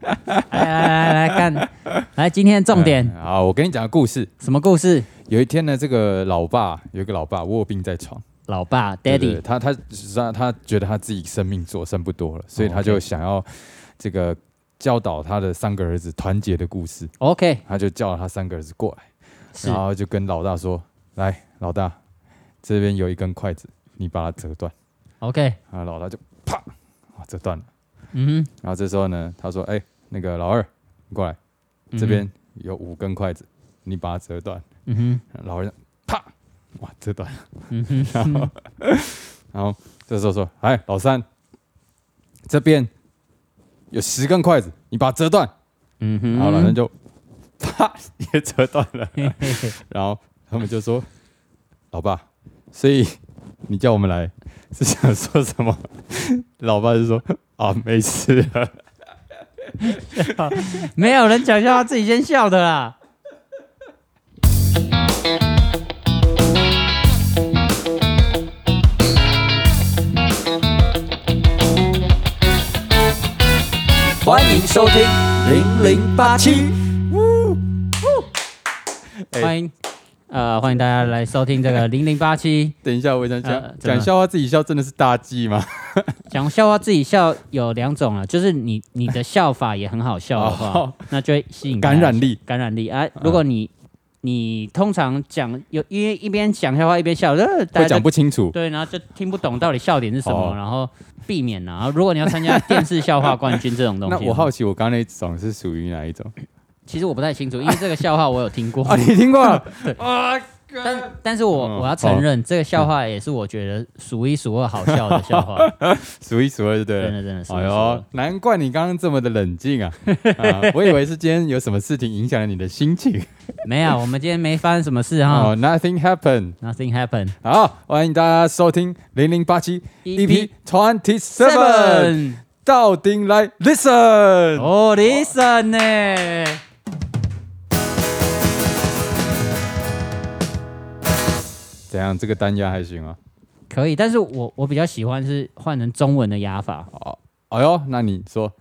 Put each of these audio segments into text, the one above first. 来来来来干，来今天的重点嗯好，我跟你讲个故事。什么故事？有一天呢，这个老爸有一个老爸卧病在床老爸对对对，Daddy，他他他他觉得他自己生命所剩不多了，所以哦他就 OK 想要这个教导他的三个儿子团结的故事， OK，他就叫了他三个儿子过来，是然后就跟老大说：“来，老大，这边有一根筷子，你把它折断。 OK，” 啊，老大就啪，啊，折断了。嗯哼，然后这时候呢，他说：“哎、那个老二，你过来，嗯哼这边有五根筷子，你把它折断。”嗯哼，老人啪，哇，折断。嗯哼，然后，然后这时候说：“哎，老三，这边有十根筷子，你把它折断。嗯哼，嗯 然后老三就啪也折断了。嘿嘿嘿，然后他们就说：“老爸，所以你叫我们来是想说什么？”老爸就说：“啊，没事了。没有人讲笑话，自己先笑的啦。欢迎收听零零八七。哎欢迎，呃，欢迎大家来收听这个零零八七”等一下，我想呃讲怎么讲笑话，自己笑真的是大忌 吗？讲笑话，自己笑有两种啊，就是你你的笑法也很好笑的话哦，那就会吸引大家感染力，感染力啊。如果你你通常讲有因为一边讲笑话一边笑，呃，大会家讲就不清楚。对，然后就听不懂到底笑点是什么，哦然后避免啊。然后如果你要参加电视笑话冠军这种东西 那的话，我好奇，我刚刚那种是属于哪一种？ 其实我不太清楚，因为这个笑话我有听过，啊，你听 过了？但但是我、嗯我要承认，这个笑话也是我觉得数一数二好笑的笑 话，数一数二就对了。真的真的是。哎呦，难怪你刚刚这么的冷 静啊！啊我以为是今天有什么事情影响了你的 心情。没有，我们今天没发生什么事哈、哦、n o t h i n g happened。 n o t h i n g happened。E 好，欢迎大家收听零零八七 EP EP Twenty E Seven，到丁来 listen。哦，listen 欸呢、怎样？这个单押还行啊？可以，但是我我比较喜欢是换成中文的压法，哎呦，那你说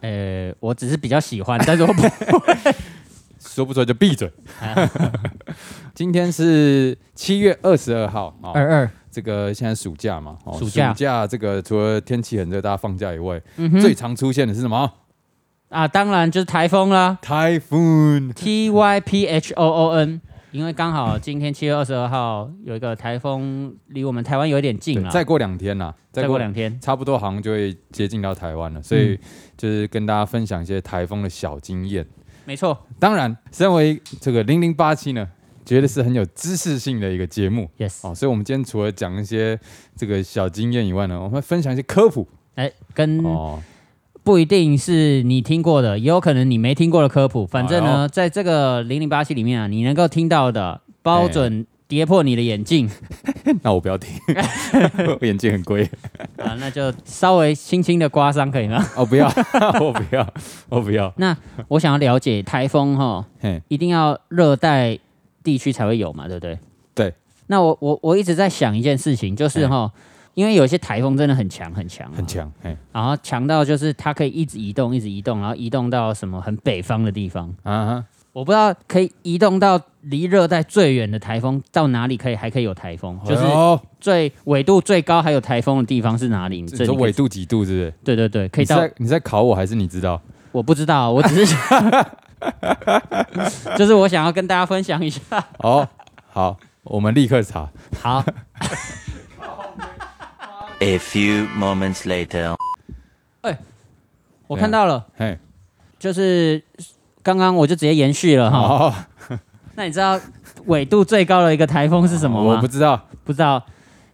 呃，我只是比较喜欢，但是我 不，说不出来就 闭嘴。 今天是七月二十二号啊、哦二二，这个现在暑假嘛，哦暑假这个除了天气很热，大家放假以外，嗯哼，最常出现的是什么？哦啊，当然就是台风啦台风。 ，T Y P H O O N，因为刚好今天七月二十二号有一个台风离我们台湾有一点近对了，再过两天啦，啊再过两天，嗯差不多好像就会接近到台湾了，所以就是跟大家分享一些台风的小经验。没错当然，身为这个零零八七呢，觉得是很有知识性的一个节目，yes，哦，所以我们今天除了讲一些这个小经验以外呢，我们会分享一些科普哎，跟哦。不一定是你听过的，也有可能你没听过的科普。反正哎呢，呦在这个零零八七里面啊，你能够听到的，包准跌破你的眼镜那我不要听， 我眼睛很贵啊，那就稍微轻轻的刮伤可以吗？ 哦，不要， 我不要，我不要。那我想要了解台风哈，嘿，一定要热带地区才会有嘛，对不对？对。哎那我我我一直在想一件事情，就是哈，因为有些台风真的很强很强啊很，强，嘿然后强到就是它可以一直移动，一直移动，然后移动到什么很北方的地方。啊哈，我不知道可以移动到离热带最远的台风到哪里可以还可以有台风，就是哎呦最纬度最高还有台风的地方是哪里？你你最说你可以纬度几度是不是？对对对，可以你是到在你是在考我还是你知道？我不知道，我只是想， 就是我想要跟大家分享一下。哦，好，我们立刻查。好， A few moments later，我看到了，嘿，就是刚刚我就直接延续了哈。好，那你知道纬度最高的一个台风是什么我吗？不知道，不知道，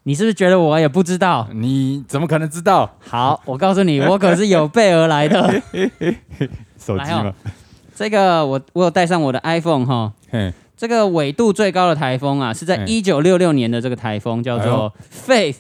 你是不是觉得我也不知道？你怎么可能知道？好，我告诉你，我可是有备而来的。 手机来吗哦？这个我我有带上我的 iPhone 哈。嘿，这个纬度最高的台风啊，是在嗯一九六六年的这个台风，叫做哎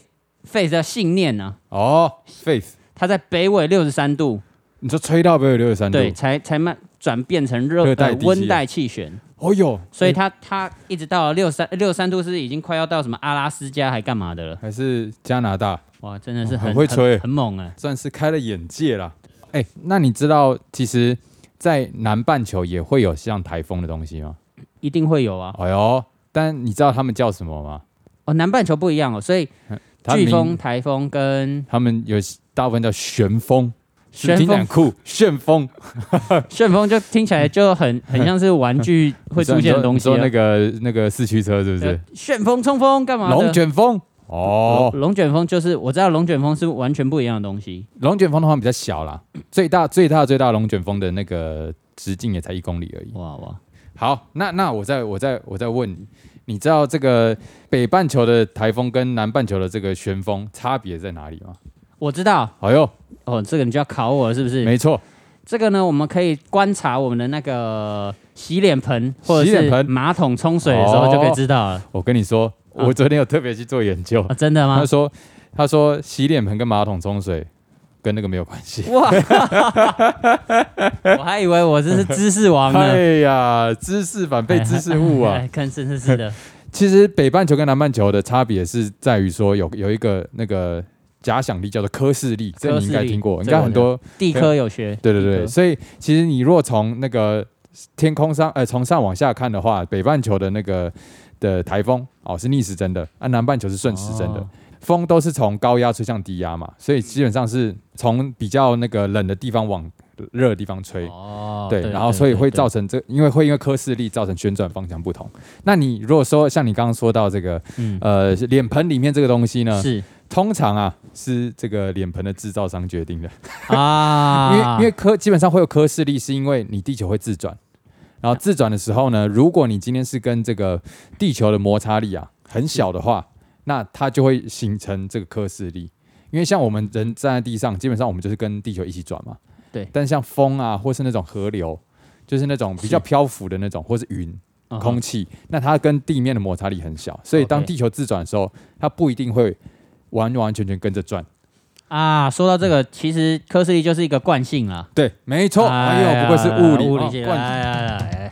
Faith，Faith 叫信念呢、哦，Faith，啊。它在北纬六十三度，你说吹到北纬六十三度，对，才才慢转变成热热带呃地区啊温带气旋，哦哟，所以它它一直到了六三呃六三度是已经快要到什么阿拉斯加还干嘛的了，还是加拿大，哇，真的是哦很很会吹很很猛啊！算是开了眼界啦。哎、那你知道其实，在南半球也会有像台风的东西吗？一定会有啊。哎呦，但你知道他们叫什么吗？哦，南半球不一样哦，所以他飓名风、台风跟他们有大部分叫旋风，是不旋是听起来风很酷，旋风旋风就听起来就 很很像是玩具会出现的东西你啊。说你说那个那个四驱车是不是？对旋风、冲锋干嘛的？龙卷风哦，龙卷风就是我知道龙卷风是完全不一样的东西，龙卷风的话比较小啦，最大最大最大龙卷风的那个直径也才一公里而已。哇哇，好，那那我再我再我再问你，你知道这个北半球的台风跟南半球的这个旋风差别在哪里吗？我知道哎呦，哦，这个你就要考我了是不是？没错，这个呢，我们可以观察我们的那个洗脸盆或者洗脸是盆马桶冲水的时候就可以知道了。我跟你说，啊我昨天有特别去做研究，啊，真的吗 他？说他说洗脸盆跟马桶冲水跟那个没有关系。哇， 我还以为我这是知识王 呢。哎呀，知识反被知识误啊！哎，看是是是 的，其实北半球跟南半球的差别是在于说有有一个那个假想力叫做科氏力，这你应科该氏力听过，应这个该我很多地科有嗯学，对对地对，科，所以其实你若从那个天空上呃从上往下看的话，北半球的那个的台风哦是逆时针的，啊南半球是顺时针的。哦风都是从高压吹向低压嘛，所以基本上是从比较那个冷的地方往热的地方吹。哦对，然后所以会造成这，因为会因为科氏力造成旋转方向不同。那你如果说像你刚刚说到这个，嗯呃，脸盆里面这个东西呢， 是通常啊是这个脸盆的制造商决定的，因为啊，因为科基本上会有科氏力，是因为你地球会自转，然后自转的时候呢，如果你今天是跟这个地球的摩擦力啊很小的话，那它就会形成这个科氏力。因为像我们人站在地上，基本上我们就是跟地球一起转嘛。对但像风啊，或是那种河流，就是那种比较是漂浮的那种，或是云、嗯哼空气，那它跟地面的摩擦力很小，所以当 OK 地球自转的时候，它不一定会完完全全跟着转。啊，说到这个，其实科氏力就是一个惯性啦。对，没错。哎呀呦，不愧是物理啊物理哎哦系。冠军来来来，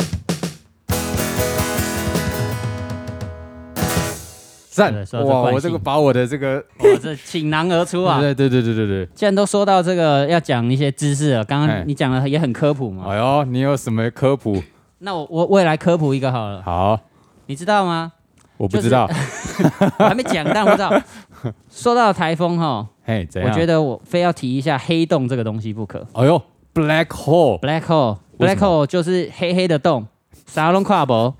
赞对说到这哇！惯我这个性把我的这个，我哦这倾囊而出啊！对对对对对对，既然都说到这个要讲一些知识了，刚哎刚你讲的也很科普嘛，哎呦，你有什么科普？那我我未来科普一个好了，好，你知道 吗？我不就是知道，我还没讲，但我知道。说到台风哈，嘿，怎我样？觉得我非要提一下黑洞这个东西不可。哎呦，black hole， Black hole，Black 为什 hole 就是黑黑的洞，啥龙跨 博。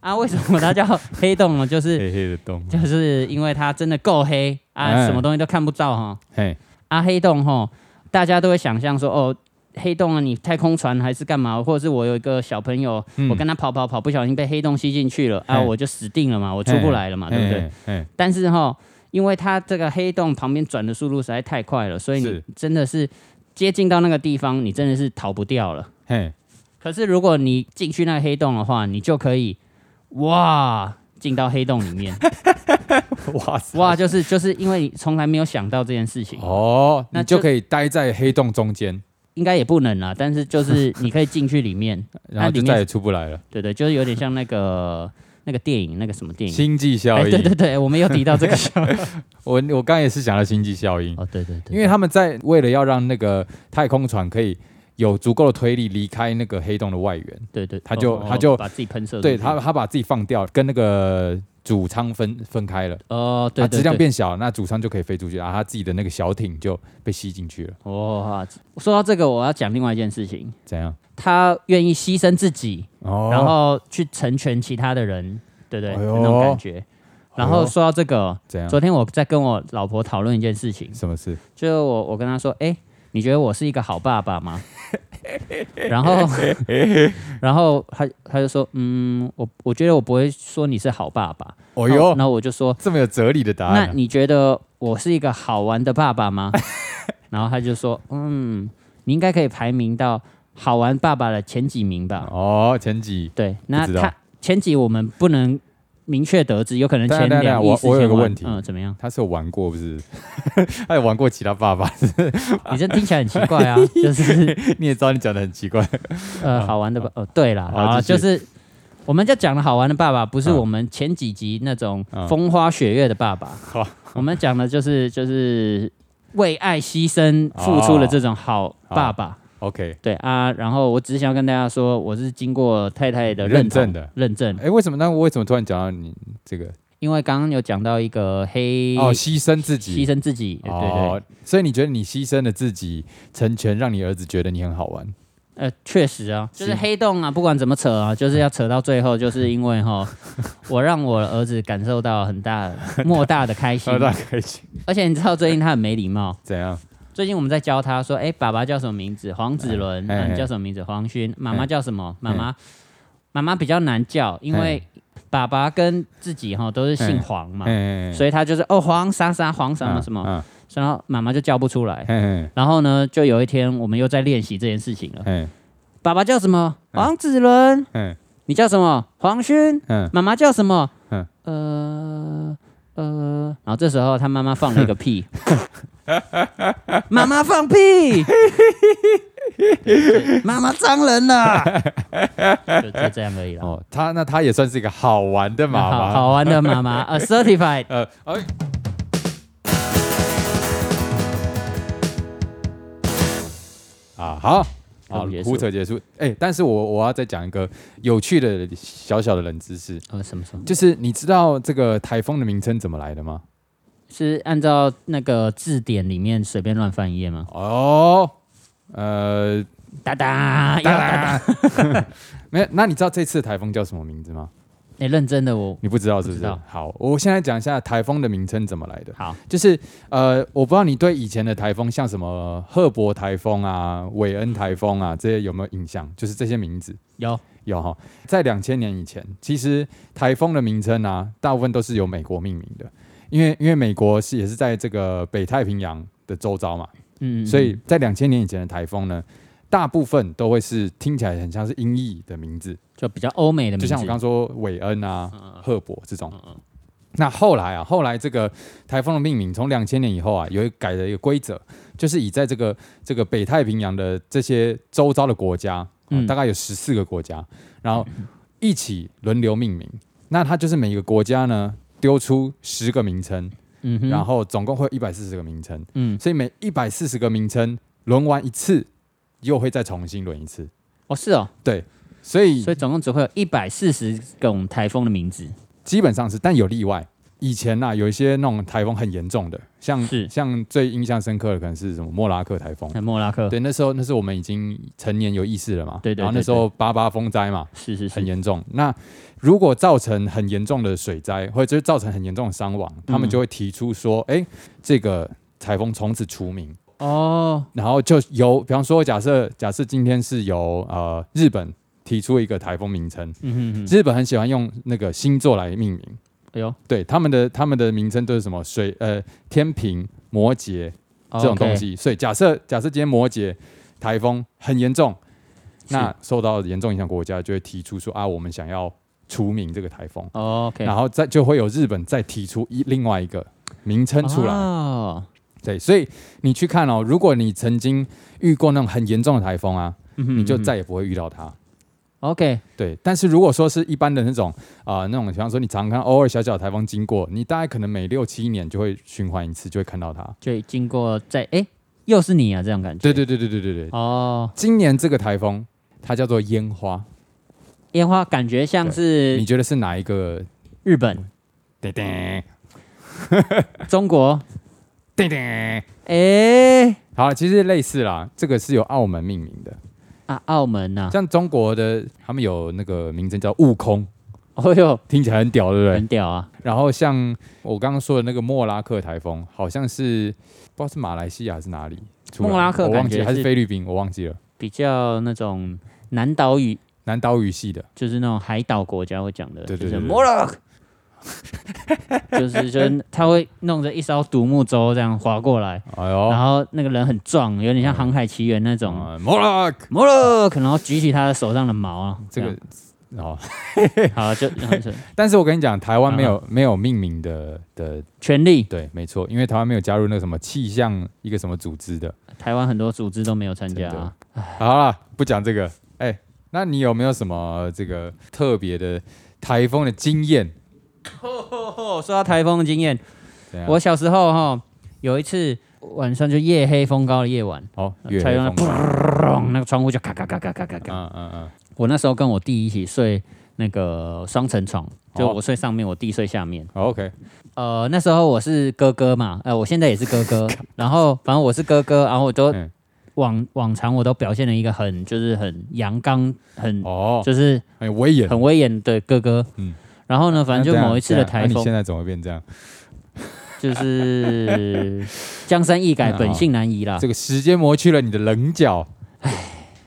啊，为什么它叫黑洞呢？就是黑黑的洞，就是因为它真的够黑啊，哎什么东西都看不到哈。嘿，啊，黑洞吼，大家都会想象说，哦，黑洞啊，你太空船还是干嘛？或者是我有一个小朋友，嗯我跟他跑跑跑，不小心被黑洞吸进去了啊，嘿我就死定了嘛，我出不来了嘛，嘿对不对？？嘿，但是哈，因为它这个黑洞旁边转的速度实在太快了，所以你是真的是接近到那个地方，你真的是逃不掉了。嘿， 可是如果你进去那个黑洞的话，你就可以哇进到黑洞里面，嘿哇塞，哇，就是就是因为你从来没有想到这件事情，哦，那你就就可以待在黑洞中间，应该也不能啦，但是 就是你可以进去里面。然那后里就面再也出不来了。对对，就是有点像那个那个电影，那个什么电影？星际效哎，对对应，对，我们有提到这 个小我我刚才也是想到星际效应，哦，对对对，因为他们在为了要让那个太空船可以有足够的推力离开那个黑洞的外缘，对对，他就哦他就把自己喷射出去，对他他把自己放掉，跟那个主舱分分开了。哦，对它对，质量对变小，那主舱就可以飞出去，然后它自己的那个小艇就被吸进去了。哦哇。说到这个，我要讲另外一件事情，怎样？他愿意牺牲自己，哦然后去成全其他的人，对对，哎呦那种感觉。然后哎呦说到这个，怎样昨？天我在跟我老婆讨论一件事情，什么事？就是我我跟她说，哎、你觉得我是一个好爸爸吗？ 然 后，然后她她就说，嗯，我我觉得我不会说你是好爸爸。哦哟，然后我就说，这么有哲理的答那案啊、你觉得我是一个好玩的爸爸吗？ 然后她就说，嗯，你应该可以排名到好玩爸爸的前几名吧？哦，前几。对，那知道他前几我们不能明确得知，有可能等一前下等一下两亿我四我有千个万问题嗯，怎么样？他是有玩过不是？ 他有玩过其他爸爸，你这听起来很奇怪 啊，就是你也知道你讲的很奇怪。啊呃，好玩的吧？哦，对啦，好好啊，继就续是我们就讲了好玩的爸爸，不是嗯我们前几集那种嗯风花雪月的爸爸好。我们讲的就是就是为爱牺牲付出的这种好爸爸。 OK，对啊，然后我只是想要跟大家说，我是经过太太的认认同证的。认证，哎，为什么？那我为什么突然讲到你这个？因为刚刚有讲到一个黑哦，牺牲自己，牺牲自己，对对对哦，所以你觉得你牺牲了自己，成全让你儿子觉得你很好玩？呃，确实啊，就是是黑洞啊，不管怎么扯啊，就是要扯到最后，就是因为 哈，我让我儿子感受到很大的莫大的开心 啊，，大开心，而且你知道最近他很没礼貌，怎样？最近我们在教他说，哎、爸爸叫什么名字？黄子伦，哎那哎你叫什么名字？黄勋。妈妈叫什么？妈妈，妈妈比较难叫，因为爸爸跟自己哈都是姓黄嘛，啊嗯，所以他就是哦黄啥啥黄什么什么，么？然后妈妈就叫不出来。嗯然后呢，就有一天我们又在练习这件事情了。嗯爸爸叫什么？嗯黄子伦。嗯你叫什么？黄勋。嗯妈妈叫什么？嗯呃呃，然后这时候他妈妈放了一个 屁，妈妈放屁，妈妈脏人 了，就就这样而已了。哦，他那他也算是一个好玩的妈好 妈。好玩的妈 妈，呃，certified，呃，哎，啊，好，好结，束胡扯结束。哎、但是我我要再讲一个有趣的小小的冷知识，呃，什么什么，就是你知道这个台风的名称怎么来的吗？是按照那个字典里面随便乱翻一页吗？哦， 呃， 哒哒，要哒哒，没有，那你知道这次的台风叫什么名字吗？你哎认真的我，你不知道是不是？不知道好，我现在讲一下台风的名称怎么来的。好，就是呃，我不知道你对以前的台风，像什么赫伯台风啊、韦恩台风啊这些有没有印象？就是这些名字有，有哈，在两千年以前，其实台风的名称啊，大部分都是由美国命名的，因为因为美国是也是在这个北太平洋的周遭嘛，嗯，所以在两千年以前的台风呢，大部分都会是听起来很像是音译的名字，就比较欧美的名字，就像我刚说韦恩啊、嗯赫伯这种嗯。嗯那后来啊，后来这个台风的命名，从两千年以后啊，有一改了一个规则，就是以在这个这个北太平洋的这些周遭的国家，啊嗯大概有十四个国家，然后一起轮流命名。那它就是每个国家呢丢出十个名称，嗯哼，然后总共会有一百四十个名称，嗯，所以每一百四十个名称轮完一次，又会再重新轮一次。哦是哦，对，所以所以总共只会有一百四十种台风的名字。基本上是，但有例外。以前呐、有一些那种台风很严重的，像是嗯像最印象深刻的可能是什么莫拉克台风。那莫拉克，对，那时候那时候我们已经成年有意识了嘛，对对然后那对时候八八风灾嘛，是是很是，严重。那如果造成很严重的水灾，或者就是造成很严重的伤亡，他们嗯就会提出说，哎、这个台风从此除名。哦，然后就由，比方说假设假设今天是由呃日本提出一个台风名称，嗯哼哼，日本很喜欢用那个星座来命名。哎呦，对，他们的他们的名称都是什么水呃天平、摩羯这种东哦 OK，西。所以假设假设今天摩羯台风很严重，是那受到严重影响国家就会提出说啊，我们想要除名这个台风，哦，OK，然后再就会有日本再提出一另外一个名称出来。哦，对，所以你去看哦，如果你曾经遇过那种很严重的台风啊，嗯哼你就嗯哼再也不会遇到它。 OK，对，但是如果说是一般的那种啊、呃那种，比方说你常看偶尔小小的台风经过，你大概可能每六七年就会循环一次，就会看到它。就经过在哎，又是你啊，这种感觉，对，对对对对对对。哦，今年这个台风，它叫做烟花，烟花感觉像是你觉得是哪一个？日本、叮叮中国，叮叮。哎，好了，其实类似啦，这个是由澳门命名的，啊，澳门呐，像中国的他们有那个名称叫悟空，哦呦，听起来很屌，对不对？很屌啊，然后像我刚刚说的那个莫拉克台风，好像是不知道是马来西亚还是哪里出来的，莫拉克我忘感记觉了还是是菲律宾，我忘记了。比较那种南岛语，南岛语系的，就是那种海岛国家会讲的，对就对是对对摩洛 克，就是就是他会弄着一艘独木舟这样划过来，哎呦，然后那个人很壮，有嗯点像《航海奇缘》那种，啊莫拉克摩洛克，然后举起他的手上的毛啊， 这个样哦，好 就然后就但是我跟你讲，台湾没嗯有没有命名的的，全力，对，没错，因为台湾没有加入那个什么气象一个什么组织的。台湾很多组织都没有参加真的 啊。好了，不讲这个，哎，那你有没有什么这个特别的台风的经验？哦，说到台风的经验，怎样我小时候哈有一次晚上就夜黑风高的夜晚，哦，月才黑用那风高，砰，那个窗户就咔咔咔咔咔咔咔。嗯嗯嗯，我那时候跟我弟一起睡那个双层床，就哦我睡上面，我弟睡下面。好哦 OK，呃，那时候我是哥哥嘛，呃，我现在也是哥 哥， 然后反正我是哥哥，然后我都嗯往往常我都表现了一个很就是很阳刚，很哦，就是很威严，很威严的哥哥。嗯然后呢，反正就那等下某一次的等下台那你现风，在怎么会变这样？就是江山易改，嗯本性难移 啦这。个时间磨去了你的棱角，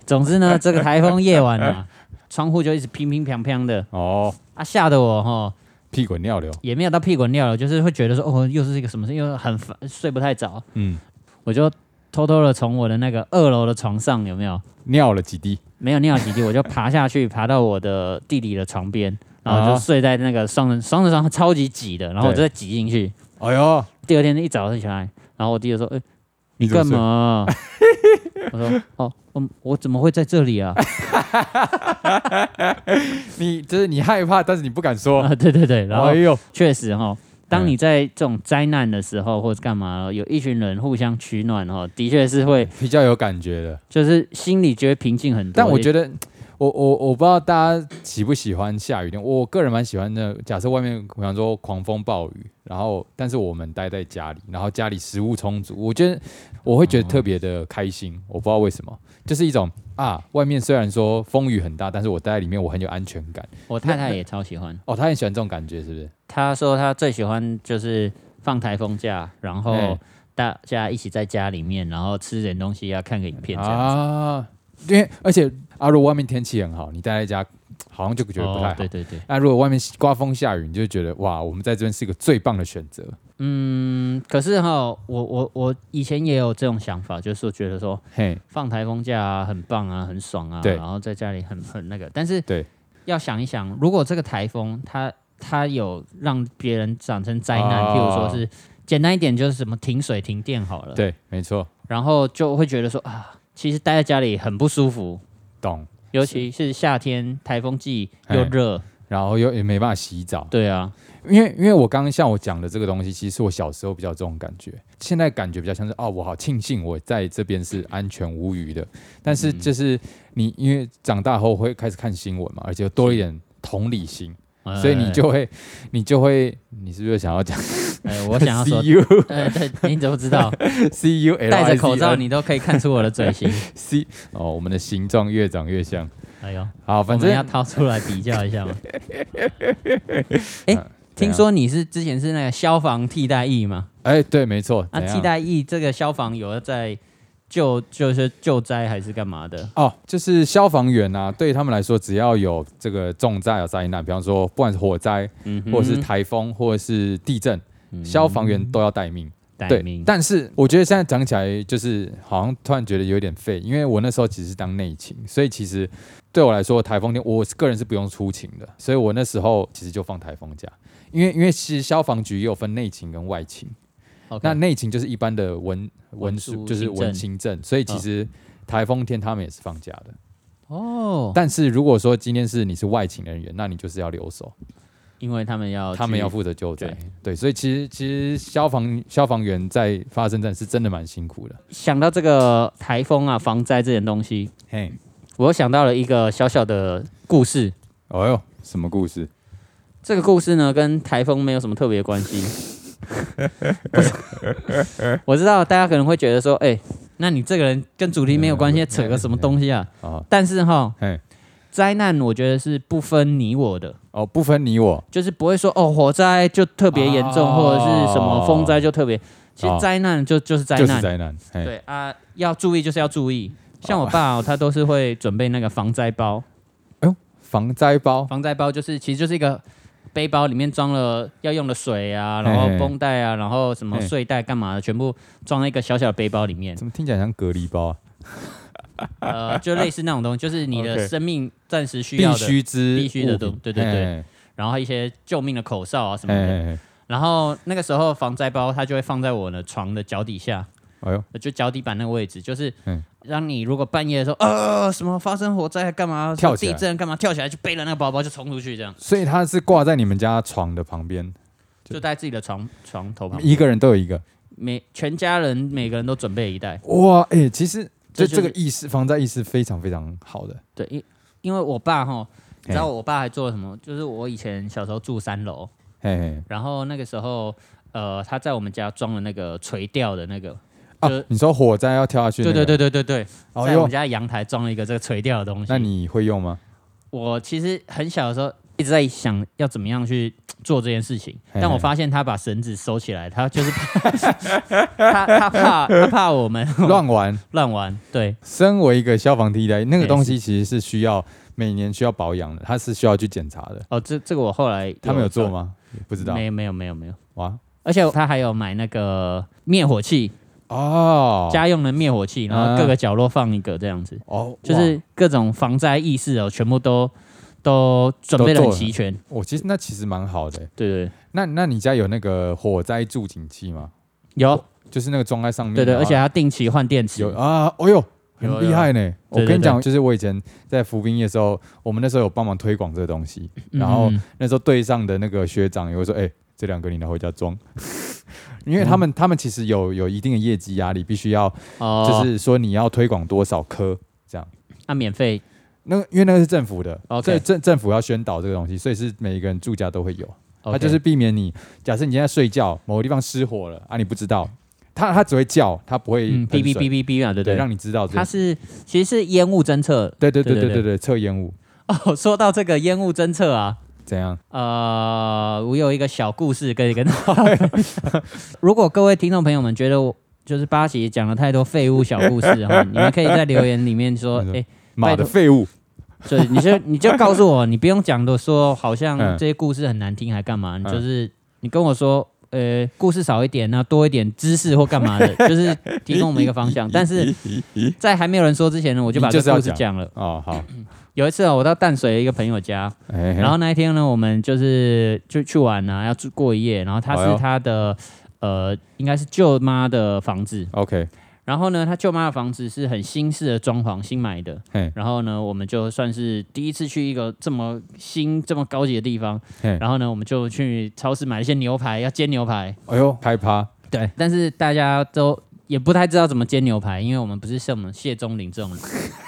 总之呢，这个台风夜晚啊，窗户就一直乒乒乓乓的哦，啊，吓得我哈屁滚尿流，也没有到屁滚尿了，就是会觉得说哦，又是一个什么事，又很烦，睡不太着，嗯，我就偷偷的从我的那个二楼的床上有没有尿了几滴，没有尿几滴，我就爬下去，爬到我的弟弟的床边，然后啊就睡在那个双人双人床超级挤的，然后我就再挤进去。哎呦，第二天一早起来，然后我弟就说：“哎、你你怎么干睡嘛？” 我说：“哦，嗯，我怎么会在这里啊？ 你就是你害怕，但是你不敢说，啊，对对对， 然后哎嗯呦，确实哈、当你在这种灾难的时候，或者干嘛，有一群人互相取暖哦，的确是会，比较有感觉的。就是心里觉得平静很多。但我觉得，得，我我我不知道大家喜不喜欢下雨天，我个人蛮喜欢的。假设外面比方说狂风暴雨，然后但是我们待在家里，然后家里食物充足，我觉得我会觉哦得特别的开心。我不知道为什么，就是一种啊，外面虽然说风雨很大，但是我待在里面我很有安全感。我太太也超喜欢，哦，他很喜欢这种感觉，是不是？她说她最喜欢就是放台风假，然后哎大家一起在家里面，然后吃点东西啊，看个影片这样子。啊，因为而且啊，如果外面天气很好，你待在家好像就觉得不太好。哦对对对，那如果外面刮风下雨，你就觉得哇，我们在这边是一个最棒的选择。嗯，可是哈、我我我以前也有这种想法，就是觉得说嘿，放台风假啊，很棒啊，很爽啊，对然后在家里很很那个，但是对，要想一想，如果这个台风它它有让别人产生灾难，哦譬如说是简单一点，就是什么停水停电好了，，对，没错，然后就会觉得说啊，其实待在家里很不舒服，懂。尤其是夏天台风季哎又热，然后又也没办法洗澡，对啊，因为因为我刚刚像我讲的这个东西，其实是我小时候比较有这种感觉，现在感觉比较像是哦，我好庆幸我在这边是安全无虞的。但嗯是就是你因为长大后会开始看新闻嘛，而且多一点同理心，呃所以你就会你就会你是不是想要讲？呃，我想要说 C。U 呃，对，你怎么知 道？ C U E 戴着口罩，你都可以看出我的嘴 型。 C 哦，我们的形状越长越像。哎呦，好，我反们要正掏出来比较一下 嘛。哎、啊听说你是之前是那个消防替代役吗？哎，对，没错，啊，怎样替代役这个消防有在救，就是救灾还是干嘛的？哦，就是消防员啊，对他们来说，只要有这个重大的灾难，比方说不管是火灾，嗯哼嗯或者是台风，或者是地震，消防员都要待命。待对命，，但是我觉得现在讲起来，就是好像突然觉得有点废，因为我那时候其实是当内勤，所以其实对我来说，台风天我个人是不用出勤的，所以我那时候其实就放台风假。因为因为其实消防局也有分内勤跟外勤，那那内勤就是一般的文文文书，书就是行文政嗯行政，所以其实台风天他们也是放假的。哦，但是如果说今天是你是外勤人员，那你就是要留守，因为他们要他们哦去要负责救灾对。对，所以其实其实消防消防员在发生战是真的蛮辛苦的。想到这个台风啊、防灾这点东西，嘿，我又想到了一个小小的故事。哦呦，什么故事？这个故事呢，跟台风没有什么特别关系。 我知道大家可能会觉得说，哎、那你这个人跟主题没有关系，扯个什么东西啊？哦但是哈，嘿，灾难我觉得是不分你我的，哦，不分你我，就是不会说哦，火灾就特别严重，哦或者是什么风灾就特别。其哦实灾难就就是灾就是难，灾难。嘿，对啊，要注意就是要注意。像我爸、哦，他都是会准备那个防灾包，哎防灾包。哦防灾包就是其实就是一个背包，里面装了要用的水啊，然后嘿嘿绷带啊，然后什么嘿睡袋干嘛的，全部装在一个小小的背包里 面。怎么听起来像隔离包啊？呃，就类似那种东西，就是你的 OK 生命暂时需必要的，须之必须的物品东对对对嘿然后一些救命的口哨啊什么嘿的。嘿嘿，然后那个时候防灾包它就会放在我的床的脚底下，哎呦，就脚底板那个位置，就是嗯让你如果半夜的时候，呃，什么发生火灾干嘛，跳起地来震干嘛，跳起来就背了那个包包就冲出去，这样所以它是挂在你们家床的旁边，就在自己的床床头旁边。一个人都有一个。每全家人每个人都准备一袋。哇，哎、其实这这就是这个意识防灾意识非常非常好的，对，因因为我爸哈，你知道嘿我爸还做了什么？就是我以前小时候住三楼，嘿嘿然后那个时候，呃，他在我们家装了那个垂钓的那个，就是啊，你说火灾要跳下去、那对个，对对对，对对对，哦在我们哟，家阳台装了一个这个垂钓的东西。那你会 用吗？我其实很小的时候一直在想要怎么样去做这件事情，嘿嘿但我发现他把绳子收起来，他就是怕他他怕他怕我们 乱玩。乱玩，对身为一个消防地带，那哎个东西其实是需要每年需要保养的，它是需要去检查的。哦，这这个我后来他们有做？吗？不知道没有没有没有没有，哇而且他还有买那个灭火器，哦家用的灭火器，然后啊各个角落放一个这样子，哦，就是各种防灾意识哦，全部都都准备的很齐全，我、哦、其实那其实蛮好的。欸对对对那那你家有那个火灾助警器吗？有就是那个装在上面，对对，然而后且还要定期换电池嗯啊有，啊，哦呦，嗯有很厉害呢。对对我跟你讲，对就是我以前在服兵役的时候，我们那时候有帮忙推广这个东 西，然后嗯那时候队上的那个学长也会说，哎、这两个你拿回家 装。因嗯为他们、他们其实有有一定的业绩压力，必须要哦就是说你要推广多少颗这样。那免费那个因为那个是政府的 OK 所以政政府要宣导这个东西，所以是每一个人住家都会有。它 OK 就是避免你，假设你现在睡觉，某个地方失火了啊，你不知道，它它只会叫，它不会嗯，哔喷哔水哔哔哔嘛，对不对，对？让你知道这它是其实是烟雾侦测对对对对对对对对，测烟雾哦。 说到这个烟雾侦测啊，怎样？呃，我有一个小故事可以跟大家分享。 如果各位听众朋友们觉得我就是八喜讲了太多废物小故事哈，你们可以在留言里面 说，哎、妈的废物！所以你就你就告诉我，你不用讲的说好像嗯这些故事很难听还干嘛，你嗯就是你跟我说。呃，故事少一点，那多一点知识或干嘛的，就是提供我们一个方 向。但是在还没有人说之前呢，我就把你这就是个要故事讲讲了。哦，好，哎有一次啊，我到淡水的一个朋友家，然然后那一天呢，我们就是就去玩啊，要住过一夜。然后他哎是呦他的、呃，应该是舅妈的房子。 OK，然后呢，他舅妈的房子是很新式的装潢，新买的。嘿然后呢，我们就算是第一次去一个这么新、这么高级的地方。嘿，然后呢，我们就去超市买了一些牛排，要煎牛排。哎呦，开趴，对，但是大家都也不太知道怎么煎牛排，因为我们不是像我们谢钟林这种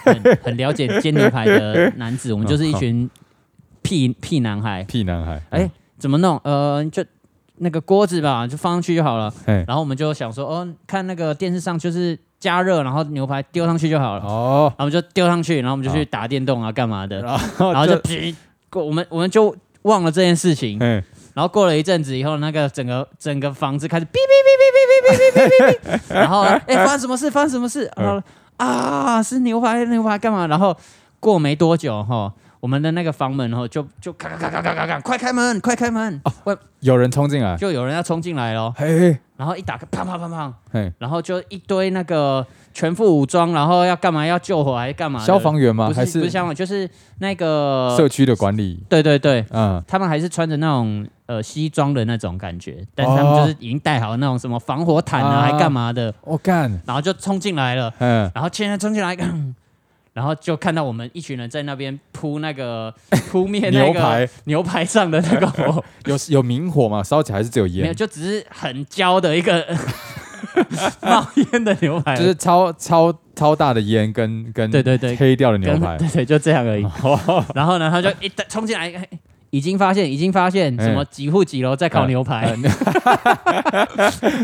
很很了解煎牛排的男子，我们就是一群屁屁男孩。屁男孩，哎、怎么弄？呃，就那个锅子吧，就放上去就好了。嘿，然后我们就想说，哦，看那个电视上就是加热，然后牛排丢上去就好了。哦，然后我们就丢上去，然后我们就去好打电动啊，干嘛的？然然后 后就噗，过我们我们就忘了这件事情。嘿，然后过了一阵子以后，那个整个整个房子开始哔哔哔哔哔哔哔哔哔哔，然后 哎、诶发生什么事？发生什么事？嗯然后啊是牛排牛排干嘛？然后过没多久哈，我们的那个房门哈就就咔咔咔咔咔咔咔，快开门，快开门！哦外有人冲进来，就有人要冲进来咯，嘿嘿然后一打开，砰砰砰砰，嘿，然后就一堆那个全副武装，然后要干嘛？要救火还是干嘛的？消防员吗？不还是不是消防员，就是那个社区的管理？对对对，嗯，他们还是穿着那种呃西装的那种感觉，但是他们哦就是已经带好那种什么防火毯啊，啊还干嘛的，我干，然后就冲进来了，嗯，然后现在冲进来，然后就看到我们一群人在那边铺那 个铺面那牛个排牛排上的那个 火，有有明火吗？烧起来还是只有没有，烟？就只是很焦的一个 冒烟的牛排，就是超超超大的烟跟跟对对对黑掉的牛跟排 对对，就这样 而已。然后呢，他就一打冲进来。哎已经发现，已经发现什么嗯几户几楼在烤牛排，哎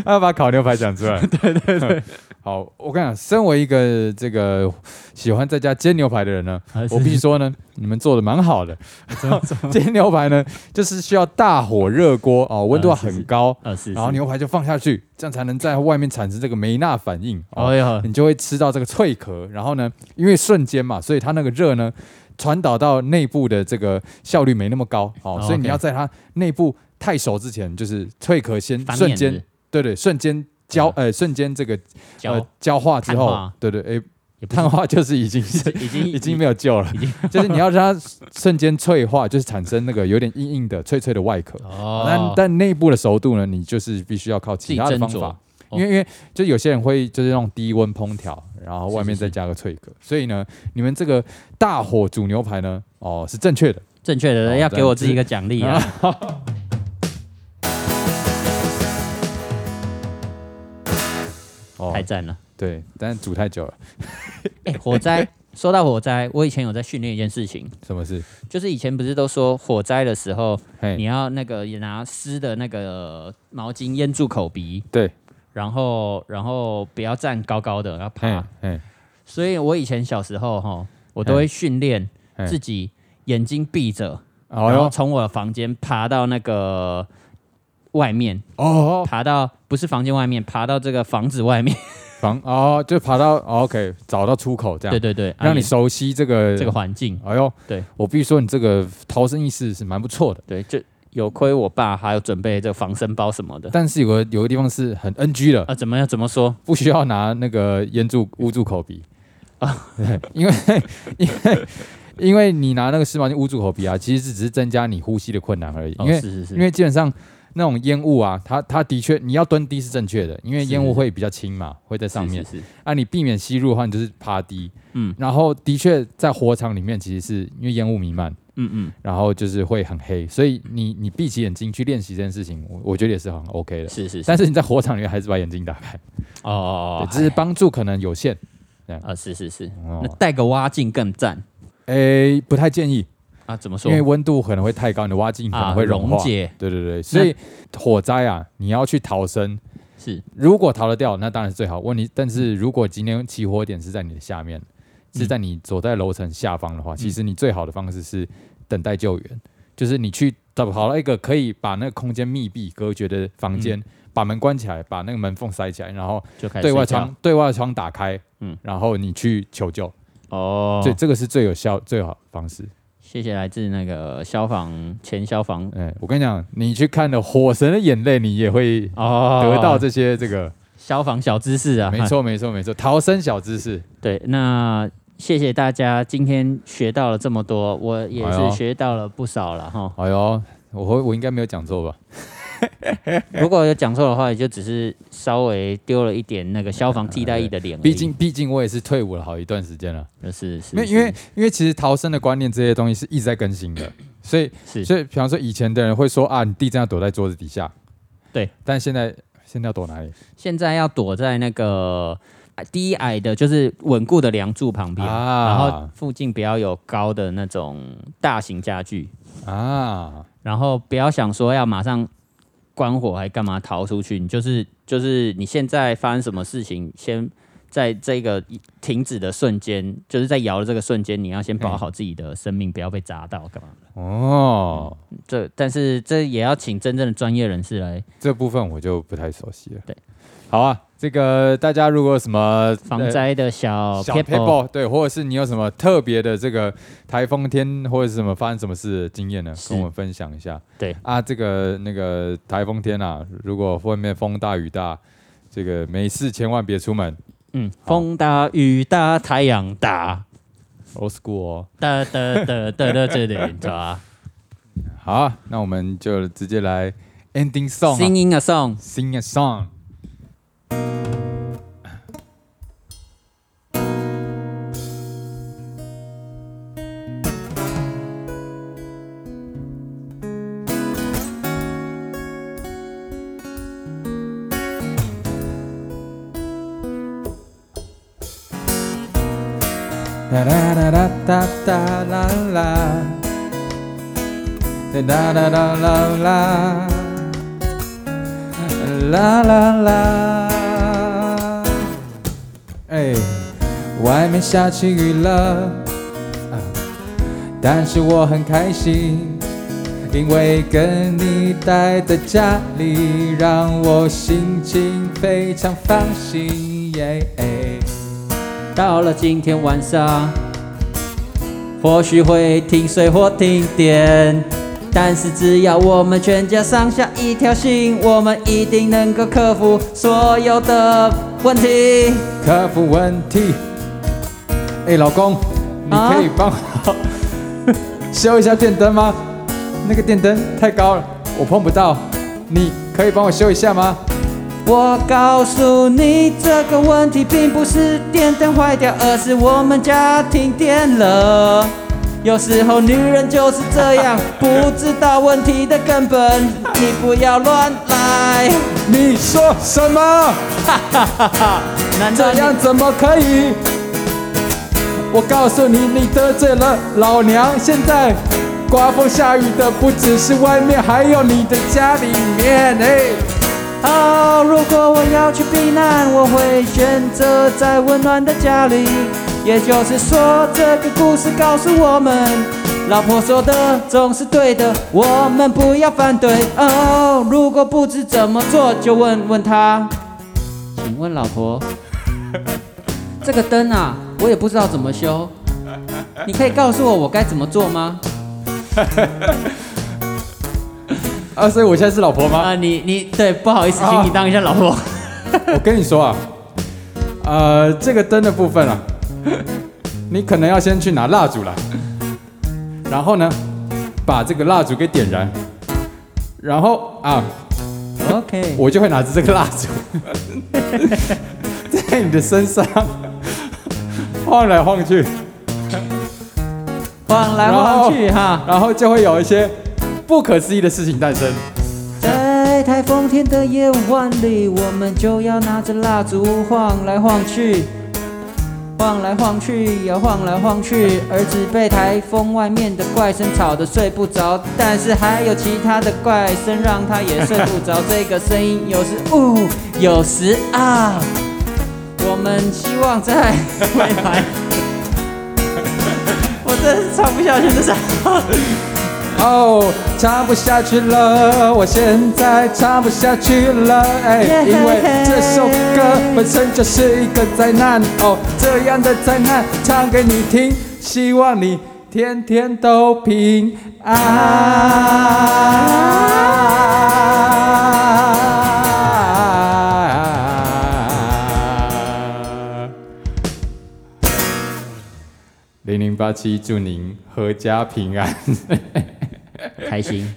他把烤牛排讲 出来。对对对， 好，我跟你讲，身为一个这个喜欢在家煎牛排的人呢，啊我必须说呢，你们做的蛮好的。 煎牛排呢，就是需要大火热锅哦，温度啊是是很高，呃是，然后是牛排就放下去，这样才能在外面产生这个梅纳反应哦哎，呦，你就会吃到这个脆壳。然后呢，因为瞬间嘛，所以它那个热呢。传导到内部的这个效率没那么高哦哦，所以你 OK 要在它内部太熟之前，就是脆壳先翻瞬面间是对对，瞬间交呃，瞬间这个焦呃焦化之碳后化，对对，诶，也不是碳化就是已经 是已经已经 没有救了，就是你要让它瞬间脆化，就是产生那个有点硬硬的、脆脆的外壳。哦但，但内部的熟度呢，你就是必须要靠其他的方自己斟酌哦法，因为因为就有些人会就是用低温烹调，然后是外面是再加个脆壳，所以呢，你们这个大火煮牛排呢，哦是正确的。正确的哦要给我自己一个奖励啊！海战了。哦对，但煮太久了，哎、火 灾，说到火灾，我以前有在训练一件事情，什么事？就是以前不是都说火灾的时候，你嘿，要那个也拿湿的那个毛巾淹住口鼻，对，然后然后不要站高高的，然后嘿爬。，嘿，所以我以前小时候哈，我都会训练嘿自己眼睛闭着，哦然后哟，从我的房间爬到那个外面，哦，爬到不是房间外面，爬到这个房子外面。防哦，就爬到哦 OK，找到出口这样，对对对，啊让你也熟悉这个这个。环境，哎呦，对我必须说，你这个逃生意识是蛮不错的，对，就有亏我爸还有准备这个防身包什么的。但是有个有个地方是很 NG 的，啊，怎么样？怎么说？不需要拿那个烟柱捂住口鼻啊，对因为 因为因为你拿那个湿毛巾捂住口鼻啊，其实只是增加你呼吸的困难而已，哦因为是是是，因为基本上那种烟雾啊，它它的确你要蹲低是正确的，因为是烟雾会比较轻嘛，会在是上面是是啊。你避免吸入的话，你就是趴低，嗯然后的确在火场里面，其实是因为烟雾弥漫，嗯嗯，然后就是会很黑，所以你你闭起眼睛去练习这件事情，我我觉得也是很 OK 的。是是是但是你在火场里面还是把眼睛打开，哦哦对哦，只是帮助可能有限。啊，是是是，那哦，带个蛙镜更赞诶，不太建议，啊！怎么说因？为温度可能会太高，你的蛙镜可啊，能会融化。溶解对对对，所以火灾啊，你要去逃生，是如果逃得掉，那当然是最好。问题，但是如果今天起火点是在你的下面，是在你所在楼层下方嗯的话，其实你最好的方式是等待救援，就是你去找好了一个可以把那个空间密闭隔绝的房间，把门关起来，把那个门缝塞起来，然后就嗯开始对外睡觉窗对外窗打开，嗯嗯，然后你去求救，哦所以。这个是最有效最好的方式。谢谢来自那个消防前消防哎，我跟你讲，你去看了《火神的眼泪》，你也会哦得到这些这个，消防小知 识啊，没。错没错没错，逃生小知识。对，那谢谢大家，今天学到了这么多，我也哎是呦学到了不少了哈。哎呦，我会我应该没有讲错吧？哎如果有讲错的话，也就只是稍微丢了一点那个消防替代役的脸而已。哎毕竟毕竟我也是退伍了好一段时间了，就是哎是，因为是因为因为其实逃生的观念这些东西是一直在更新的，所以是所以比方说以前的人会说啊，你地震要躲在桌子底下，对，但现在现在要躲哪里现在要躲在那个呃低矮的，就是稳固的梁柱旁边，啊然后附近不要有高的那种大型家具，啊？然后不要想说要马上关火还干嘛逃出去，你就是就是你现在发生什么事情，先在这个停止的瞬间，就是在摇的这个瞬间，你要先保好自己的生命，不要被砸到干嘛的。哦，这但是这也要请真正的专业人士来这部分我就不太熟悉了。对，好啊，这个大家如果有什么防。灾的小呃小 p e paper 对，或者是你有什么特别的这个台风天或者是什么发生什么事的经验呢？是跟我们分享一下。对啊，这个那个台风天啊，如果外面风大雨大，这个没事千万别出门。嗯，风大雨大太阳大， Old school 哦。哒哒哒哒哒这里 抓。好啊、那我们就直接来 ending song 啊、 Singing a song， sing a song。哒哒哒哒哒哒啦啦，哒哒哒啦啦。啦啦啦！哎，外面下起雨了，啊但是我很开心，因为跟你待在家里，让我心情非常放心。耶、哎到了今天晚上，或许会停水或停电，但是只要我们全家上下一条心，我们一定能够克服所有的问题。克服问题。哎，老公，你啊可以帮我 修一下电灯吗？那个电灯太高了，我碰不到。你可以帮我修一下吗？我告诉你，这个问题并不是电灯坏掉，而是我们家停电了。有时候女人就是这样，不知道问题的根本。你不要乱来，你说什么？ 难道这你样怎么可以？我告诉你，你得罪了老娘。现在刮风下雨的不只是外面，还有你的家里面。哎、哦，如果我要去避难，我会选择在温暖的家里。也就是说，这个故事告诉我们，老婆说的总是对的，我们不要反对。哦，如果不知怎么做，就问问他。请问老婆， 这个灯啊，我也不知道怎么修，你可以告诉我我该怎么做吗？啊，所以我现在是老婆啊、吗？你你对，不好意思，请你当一下老婆。 我跟你说啊，呃，这个灯的部分啊， 你可能要先去拿蜡烛来，然后呢，把这个蜡烛给点燃，然后啊， OK，我就会拿着这个蜡烛， 在你的身上晃来晃去，晃来晃去哈。然后就会有一些不可思议的事情诞生。在台风天的夜晚里，我们就要拿着蜡烛晃来晃去，晃来晃去，也晃来晃去。儿子被台风外面的怪声吵得睡不着，但是还有其他的怪声让他也睡不着。这个声音有时呜， 有时啊。我们希望在未来， 我真是唱不下去，这是。哦，唱不下去了，我现在唱不下去了，哎， Yeah 因为这首歌本身就是一个灾难，哦，这样的灾难唱给你听，希望你天天都平安。零零八七，祝您阖家平安。开心。